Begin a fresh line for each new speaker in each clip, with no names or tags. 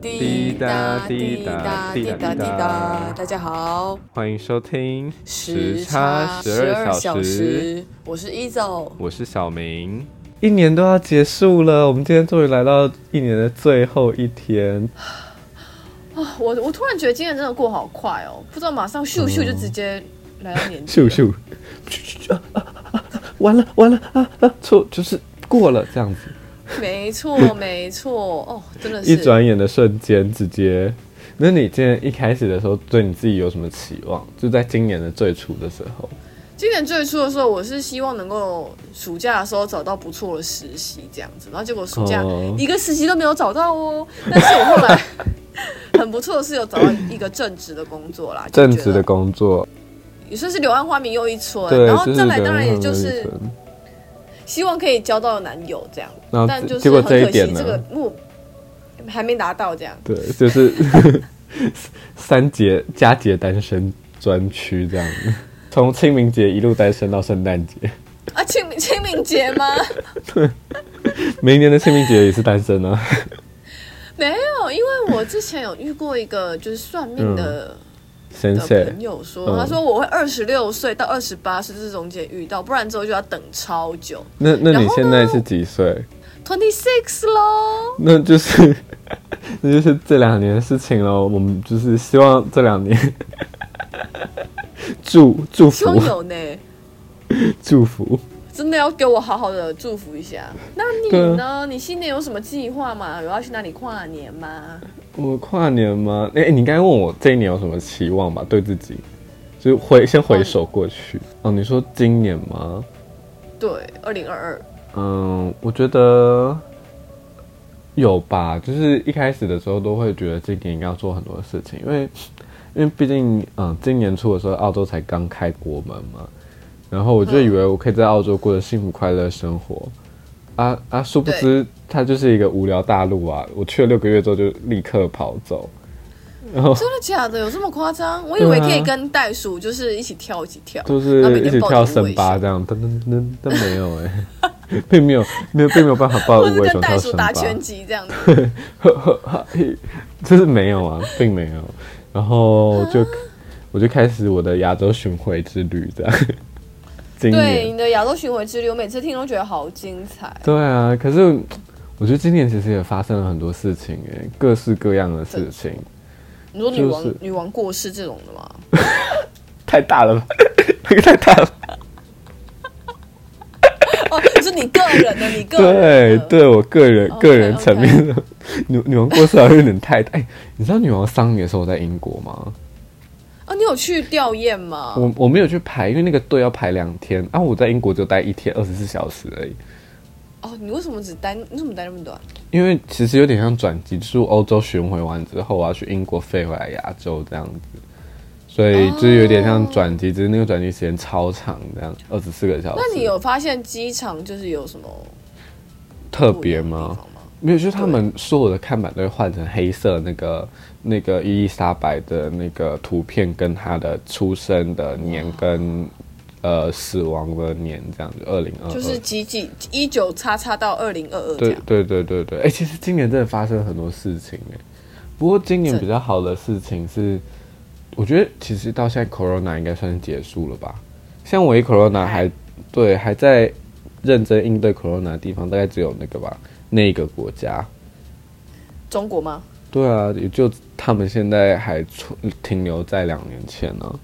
滴答滴答滴答滴答，大家好，
欢迎收听
12
12小时，，
我是 e 走，
我是小明。
一年都要结束了，我们今天终于来到一年的最后一天。
啊，我我突然觉得今天真的过好快哦，不知道马上咻咻就直接来到 年底。
咻咻，啊啊啊啊完了完了啊啊！错，就是过了这样子，
没错，没错，哦，真的是
一转眼的瞬间，直接。那你今天一开始的时候，对你自己有什么期望？就在今年的最初的时候，
今年最初的时候，我是希望能够暑假的时候找到不错的实习这样子，然后结果暑假
哦
一个实习都没有找到哦。但是我后 来很不错的是有找到一个正职的工作啦，就
正
觉
职
得
的工作，
也算是柳暗花明又一村。
对，
然后
就是
再来
人
当然也
很
就
容易
是
存
希望可以交到男友这样，
然后
但
这
就是
结果
很
这一
可惜
点呢
这个目还没达到这样。
对，就是 三节佳节单身专区这样子，从清明节一路单身到圣诞节，
啊，清明 清明节吗？
明年的清明节也是单身啊。
没有，因为我之前有遇过一个就是算命的、
神
的
社
朋友说，
嗯
他说我会二十六岁到二十八岁这中间遇到，不然之后就要等超久
那那你
然后
现
呢
在是几岁？
，twenty six 喽。
那就是那就是这两年的事情了。我们就是希望这两年祝祝
希
福
望有呢，
祝福。
真的要给我好好的祝福一下。那
对啊
你呢？你新年有什么计划吗？有要去哪里跨年吗？
我跨年吗？哎、你刚才问我这一年有什么期望吧？对自己，就是回先回首过去。哦，你说今年吗？
对，二零二二，
嗯，我觉得有吧，就是一开始的时候都会觉得今年应该要做很多事情，因为因为毕竟嗯，今年初的时候澳洲才刚开国门嘛，然后我就以为我可以在澳洲过得幸福快乐的生活，啊啊，殊不知它就是一个无聊大陆啊！我去了六个月之后就立刻跑走，然后
真的假的？有这么夸张？我以
哦对啊
为可以跟袋鼠就是一起跳几跳，
就是
然后每
一
天
起
抱
跳
着无
森
尾
巴
熊
这样，噔噔噔，但没有哎、 并没有没有并没有办法抱
或
着
者
无
是
尾熊
跟袋
跳
鼠
森
打
巴。
拳击这样子。
就是没有啊，并没有。然后就、我就开始我的亚洲巡回之旅，这样。 今
对
年
你的亚洲巡回之旅，我每次听都觉得好精彩。
对啊，可是我觉得今年其实也发生了很多事情，哎，各式各样的事情，
你说女王、
就是
女王过世这种的吗？
太大了吧， 那个太大了吧。
哦，是你个人的，你 个
对哦
人的。
对，我个人
OK，
个人
OK
层面的 女女王过世好像有点太大。哎，你知道女王丧礼的时候我在英国吗？
啊，你有去吊唁吗？
我我没有去排，因为那个队要排两天啊，我在英国就待一天二十四小时而已。
哦，你为什么只待？你怎么待那么短？
因为其实有点像转机，就是欧洲巡回完之后，我要啊去英国飞回来亚洲这样子，所以就是有点像转机，只是那个转机时间超长，这样二十四个小时。
那你有发现机场就是有什么
特
不一
别
样的地
吗？
方吗？
没有，就是他们所有的看板都会换成黑色那个那个伊丽莎白的那个图片跟她的出生的年跟呃死亡的年这样子，二零二
就是几几一九叉叉到二零二二这
嗯对
样。
对对对对，哎、其实今年真的发生很多事情哎、不过今年比较好的事情是，我觉得其实到现在 Corona 应该算是结束了吧。像我一 Corona 还对还在认真应对 Corona 的地方，大概只有那个吧，那个国家。
中国吗？
对啊，也就他们现在还处停留在两年前呢、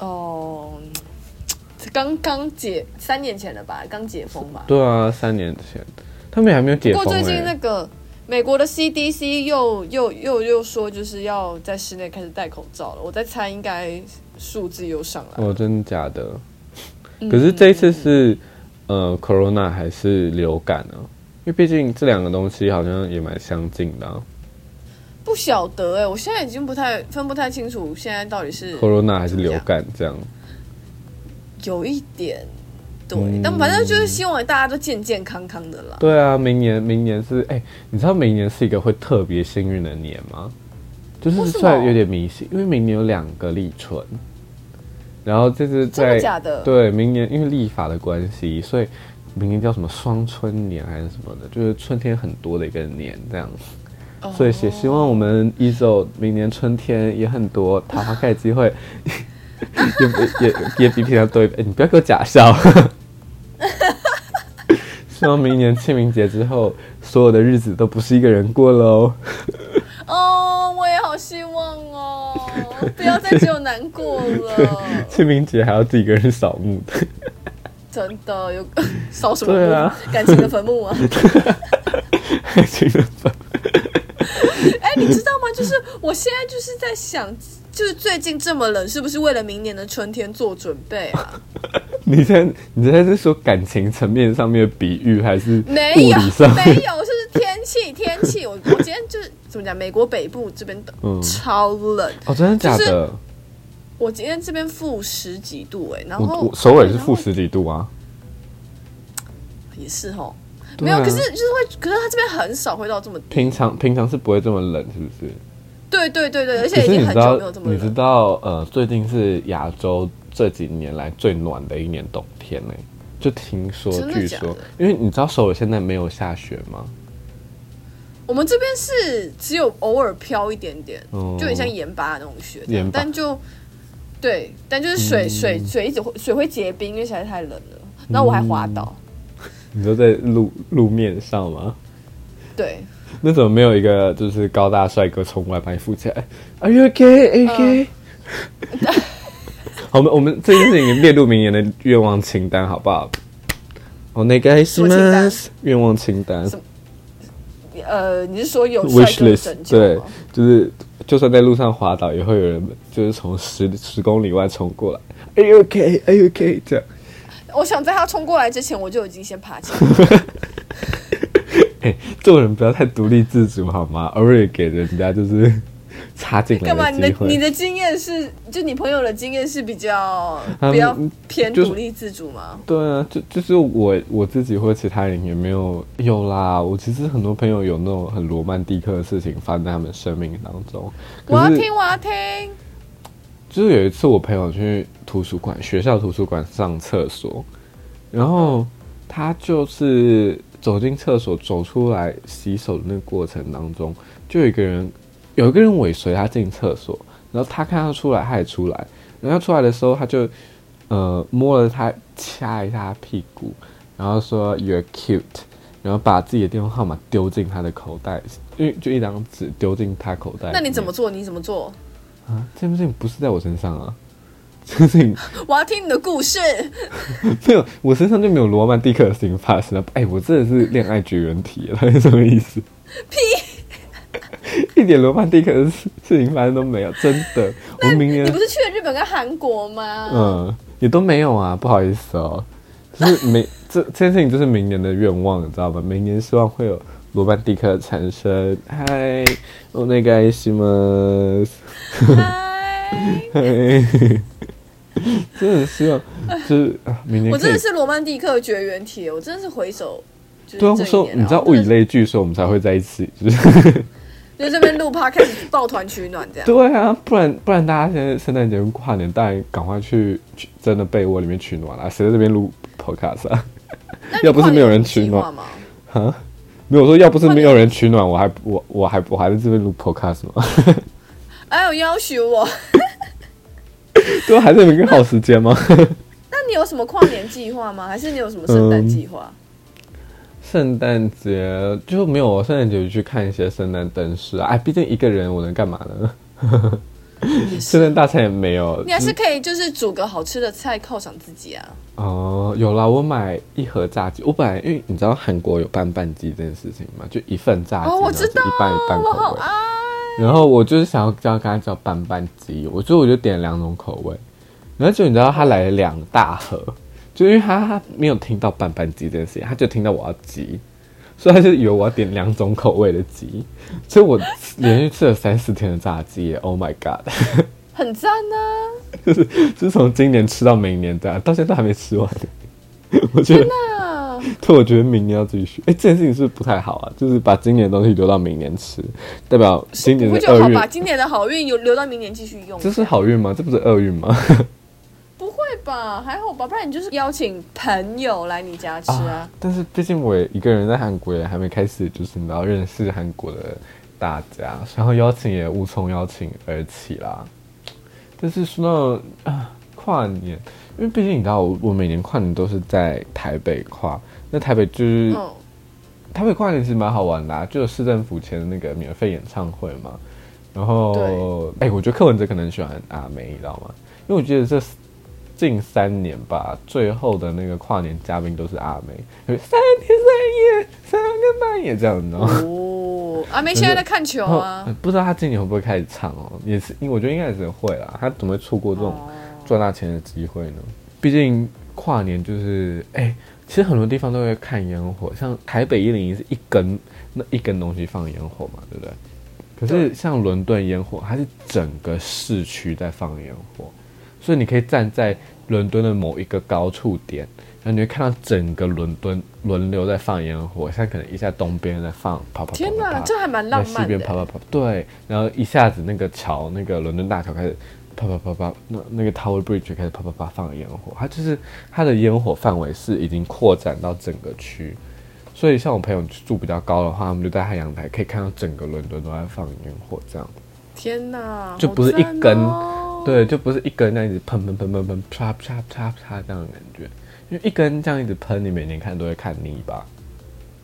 哦，刚刚解三年前了吧，刚解封吧。
对啊，三年前，他们也还没有解
不
封、
过
欸。
最近那个美国的 CDC 又又又又说就是要在室内开始戴口罩了，我在猜应该数字又上来了。
哦，真的假的？
嗯
可是这一次是呃，corona 还是流感啊？因为毕竟这两个东西好像也蛮相近的、啊、
不晓得哎、我现在已经不太分不太清楚，现在到底是啊
，corona 还是流感这样。
有一点对，
嗯
但反正就是希望大家都健健康康的啦。
对啊，明年明年是哎、你知道明年是一个会特别幸运的年吗？就是
为什么
虽然有点迷信，因为明年有两个立春，然后这是
真
在
的假的？
对，明年因为立法的关系，所以明年叫什么双春年还是什么的，就是春天很多的一个年这样。所以也希望我们 e z o 明年春天也很多桃花开的机会， 也不也也比平常多一点。哎你不要给我假笑。 希望明年清明节之后，所有的日子都不是一个人过喽。
哦，我也好希望 哦，不要再只有难过了，
清明节还要自己一个人扫墓 的。
真的有 扫什么
对
墓？
啊
感情的坟墓啊！
真的吧
哎、你知道吗？就是我现在就是在想，就是最近这么冷，是不是为了明年的春天做准备啊？
你现在你现在是说感情层面上面的比喻，还是物
没有
理上，
没
面？
有，是天气，天气。我我今天就是怎么讲，美国北部这边的
嗯
超冷，
哦，真的假
就
的？
我今天这边负十几度哎、然
我
后
我首尔是
然后
负十几度啊。
也是哦，
对
没有，
啊
可是就是会，可是他这边很少会到这么低。
平常平常是不会这么冷，是不是？
对对对对，而
可
且已
是
经
你知
很久
道
没有这，么
你知
冷。
道，呃，最近是亚洲这几年来最暖的一年冬天呢、就听说，
真的
据
假
说
的，
因为你知道首尔现在没有下雪吗？
我们这边是只有偶尔飘一点点，
哦
就很像盐巴那种雪，
盐巴嗯
但就对，但就是水、水水一直会水会结冰，因为实在太冷了。然后我还滑倒，
你说在路路面上吗？嗯
对，
那怎么没有一个就是高大帅哥冲过来把你扶起来？Are you okay? Okay？、好，我们我们这件事情列入明年的愿望清单，好不好？哦お願いし
什么清
ま
单
す。愿望清单
什么呃，你是说有帅
wish
哥的
list，
拯救
对
吗？，
就是就算在路上滑倒，也会有人就是从十十公里外冲过来，Are you okay? Are you okay？这样，
我想在他冲过来之前，我就已经先爬 起来了。
哎、做人不要太独立自主好吗？偶尔也给人家就是插进来
干嘛？你
的
的
机会。
你的经验是，就你朋友的经验是比较
他们
比较偏
就是
独立自主吗？
对啊，就就是我我自己或其他人也没有有啦。我其实很多朋友有那种很罗曼蒂克的事情发生在他们生命当中。可
我要
是哎
听，我要听。
就是有一次我朋友去图书馆，学校图书馆上厕所，然
嗯
后他就是走进厕所走出来洗手的那个过程当中，就有一个人有一个人尾随他进厕所，然后他看他出来，他也出来，然后他出来的时候他就呃摸了他掐一下他屁股，然后
嗯
说 You're cute，然后把自己的电话号码丢进他的口袋，因为就一张纸丢进他口袋里面。
那你怎么做？你怎么做？
啊，这件事情不是在我身上啊，这件事情
我要听你的故事。
没有，我身上就没有罗曼蒂克的事情发生了。哎、我真的是恋爱绝缘体耶，他是什么意 思？屁，一点罗曼蒂克的事事情发生都没有，真的。我们明
你
年
不是去了日本跟韩国吗？
嗯也都没有啊，不好意思哦。就是明这这件事情就是明年的愿望，你知道吗？明年希望会有罗曼蒂克的产生。嗨，我那个爱西吗？
嗨，
嘿 真的希望就是啊，明年
我
可
真
以
的是罗曼蒂克绝缘体，我真的是回首。就是
对啊，我
这一
说
年
你知道
然后
物以
真的
类聚，所以我们才会在一 起，就是
就这边录趴开始抱团取暖这 样。
对啊，不然不然大家现在圣诞节跟跨年，当然赶快去去真的被窝里面取暖啦、谁在这边录 podcast 啊？
那你
要不是
跨年
没有
有
人
计
取
划
暖
吗？
啊，没有我说要不是没有人取暖，我还我我还我还在这边录 podcast 吗？
哎呦，要求我。
对啊，还在那边跟耗时间吗？
那你有什么跨年计划吗？还是你有什么圣诞计划？
嗯圣诞节就没有，我圣诞节就去看一些圣诞灯饰啊。哎，毕竟一个人我能干嘛呢？ 圣诞大餐也没有，
你还是可以就是煮个好吃的菜犒赏自己啊。
哦，有啦，我买一盒炸鸡。我本来因为你知道韩国有拌拌鸡这件事情嘛，就一份炸鸡，
哦，我知道，
然后是一半一半
我好
口
啊
味。
爱。
然后我就是想要叫刚才叫拌拌鸡，我所以我就点两种口味。然后就你知道他来了两大盒，就因为他他没有听到拌拌鸡这件事情，他就听到我要鸡，所以他就以为我要点两种口味的鸡，所以我连续吃了三四天的炸鸡耶，Oh my god！
很赞啊！
就是从今年吃到明年的，到现在还没吃完。 我觉得。
啊，
所以我觉得明年要继续。哎、这件事情是不是不太好啊？就是把今年的东西留到明年吃，代表今年
不
的
就好
二
把
运，
今年的好运有留到明年继续用？
这是好运吗？这不是厄运吗？
不会吧？还好吧，不然你就是邀请朋友来你家吃啊。
但是毕竟我也一个人在韩国也还没开始，就是你知道认识韩国的大家，然后邀请也无从邀请而起啦。但是说到啊，跨年，因为毕竟你知道我，我每年跨年都是在台北跨，那台北就是、
嗯，
台北跨年其实蛮好玩的、啊，就有市政府前的那个免费演唱会嘛。然后，哎、我觉得柯文哲可能喜欢阿妹，你知道吗？因为我觉得这近三年吧，最后的那个跨年嘉宾都是阿妹，因为三天三夜，三更半夜这样，你知道吗？
哦，阿妹现在在看球啊
呃，不知道他今年会不会开始唱哦，也是，因为我觉得应该也是会啦。他怎么会错过这种
哦
赚大钱的机会呢？毕竟跨年就是，哎、其实很多地方都会看烟火，像台北一零一是一根那一根东西放烟火嘛，对不对？可是
对
像伦敦烟火，它是整个市区在放烟火，所以你可以站在伦敦的某一个高处点，然后你会看到整个伦敦轮流在放烟火，像可能一下东边在放啪啪啪啪啪，
天哪，这还蛮
在
浪
西
漫
边
的
啪啪
欸。
啪，对，然后一下子那个桥，那个伦敦大桥开始啪啪啪啪，那那个 Tower Bridge 也开始啪啪啪放烟火，它就是它的烟火范围是已经扩展到整个区，所以像我朋友住比较高的话，他们就在他阳台可以看到整个伦敦都在放烟火，这样，
天哪，
就
好
不是一
赞
根
哦
对，就不是一根那样一直喷喷喷喷喷，啪啪啪啪这样的感觉，因为一根这样一直喷，你每年看都会看腻吧？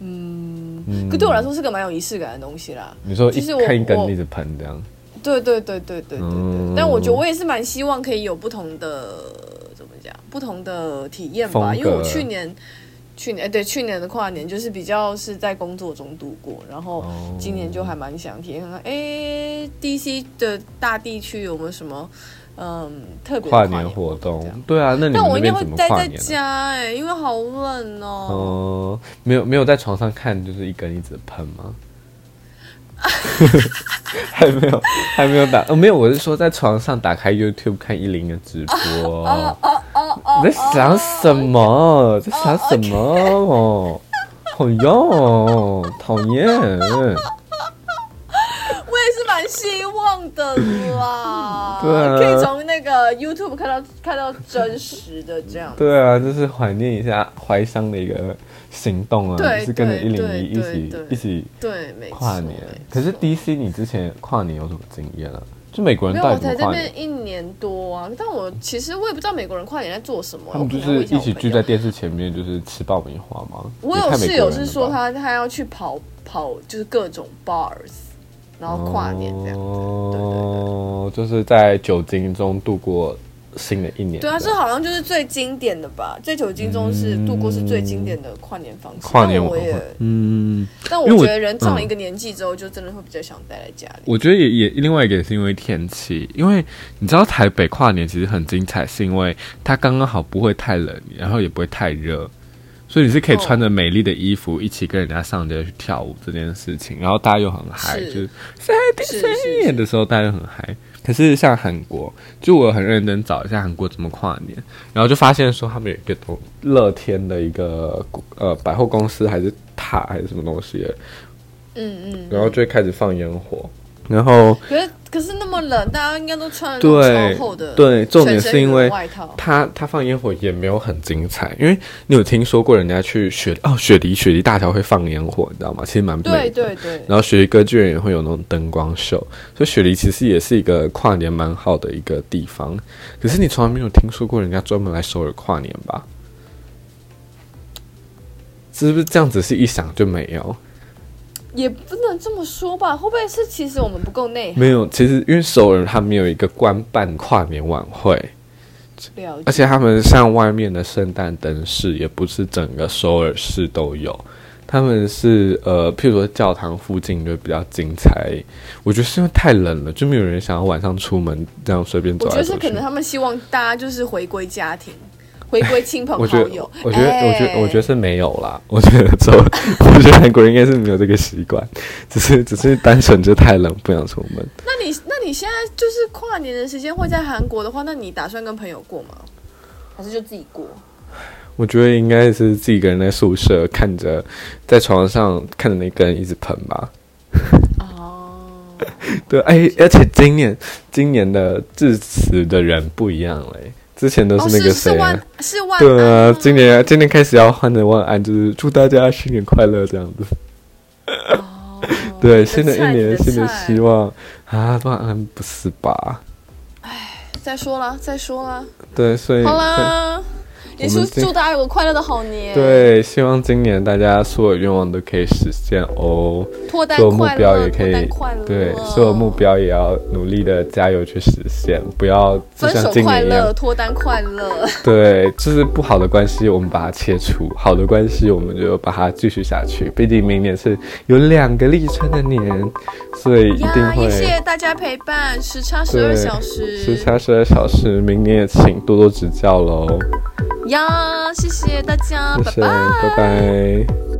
嗯，
可对我来，说是个蛮有仪式感的东西啦。
你说
其
一
实我
看一根
我
一直喷这样，
对对对对对对对。
嗯
但我觉得我也是蛮希望可以有不同的怎么讲，不同的体验
风
吧。
格
因为我去年，去年哎对，去年的跨年就是比较是在工作中度过，然后
哦
今年就还蛮想体验看看，哎、d c 的大地区有没有什么嗯特别的
跨
跨
年活
这样
动，对啊，那你
但
们那
我应该
边
会
怎么
待
跨
在
年啊呢？
家哎、因为好冷哦、
哦、没有没有在床上看，就是一根一直喷吗？ 还没有，还没有打，哦，没有，我是说在床上打开 YouTube 看一零的直播。
哦
你在想什么？在想什
哦
么？好哟，讨厌！，
我也是蛮希望的啦
对啊
可以从那个 YouTube 看到看到真实的这样。
对啊，就是怀念一下怀乡的一个行动啊，
对
就是跟着一
对
零一一
对
起
对对
一起
对，没错。
跨年
没，
可是
错
DC 你之前跨年有什么经验啊？就美国
没
人
有，
到
我
底
才
怎
在
么
那
跨年？
边一年多啊，但我其实我也不知道美国人跨年在做什么。
他们就
我可能
是
问下
一
我
起
朋
聚
友
在。电视前面，就是吃爆米花吗？
我
也
有
太美
室
国
友
人
是
了
说
吧
他他要去跑跑，就是各种 bars，然后跨年这样。对对对
哦，就是在酒精中度过新的一年。
对啊，这好像就是最经典的吧，在酒精中是度过是最经典的跨年方式。
跨年
但
晚
我也
会，嗯，
但我
因为我
觉得人上了
嗯
一个年纪之后，就真的会比较想待在家里。
我觉得也也另外一个也是因为天气，因为你知道台北跨年其实很精彩，是因为它刚刚好不会太冷，然后也不会太热，所以你是可以
哦
穿着美丽的衣服一起跟人家上街去跳舞这件事情，然后大家又很嗨，
是
就是哎三天
是
三
是
夜
是
的时候大家又很嗨。可是像韩国，就我很认真找一下韩国怎么跨年，然后就发现说他们有一个东乐天的一个呃百货公司还是塔还是什么东西的，
嗯嗯。
然后就会开始放烟火，然后。
可是可是那么冷，大家应该都穿了
对
超厚的
对重点
全身
是因
羽绒
为
外套。
他他放烟火也没有很精彩，因为你有听说过人家去雪哦雪梨雪梨大桥会放烟火，你知道吗？其实蛮美的。
对对对。
然后雪梨歌剧院也会有那种灯光秀，所以雪梨其实也是一个跨年蛮好的一个地方。可是你从来没有听说过人家专门来首尔跨年吧？是不是这样子？是一想就没有？
也不能这么说吧，会不会是其实我们不够内
没有。其实因为首尔他们有一个官办跨年晚会，
行了
嗯而
解？
且他们像外面的圣诞灯饰，也不是整个首尔市都有，他们是呃，譬如说教堂附近就比较精彩。我觉得是因为太冷了，就没有人想要晚上出门这样随便走
我觉
来
得
走
是可
去
能。他们希望大家就是回归家庭，回归亲朋
我
好
觉得
友。，
我觉得，我觉
哎
得，我觉得是没有啦。我觉得走，我觉得韩国人应该是没有这个习惯，只是只是单纯就太冷，不想出门。
那你那你现在就是跨年的时间会在韩国的话，那你打算跟朋友过吗？还是就自己过？
我觉得应该是自己一个人在宿舍看着，在床上看着那根一直喷吧。
哦，
对，哎、而且今年今年的致辞的人不一样嘞、之前都
哦，
是那个
是
谁、啊
万是万
对
安
啊
吗，
今年今年开始要换成万安，就是祝大家新年快乐这样子。
哦
对，
你的
新的一
菜你
年
的
新的
菜
希望啊，不然不是吧？
哎再说啦，再说啦，
对，所以
好 啦，也
我
祝
们今
祝大家有个快乐的好年，，
对，希望今年大家所有愿望都可以实现哦，
脱单
所有目
快
标
乐，
也可
脱
以
单快乐，
对，所有目标也要努力的加油去实现，不要就
分
像
手
今
快
年一
乐，
样，
脱单快乐，
对，就是不好的关系我们把它切除，好的关系我们就把它继续下去，毕竟明年是有两个立春的年，所以一定
呀，
会
也谢谢大家陪伴，时差十二
对
小时，
时差十二小时，明年也请多多指教喽，
呀，谢谢大家，
谢
拜
谢，
拜。
拜拜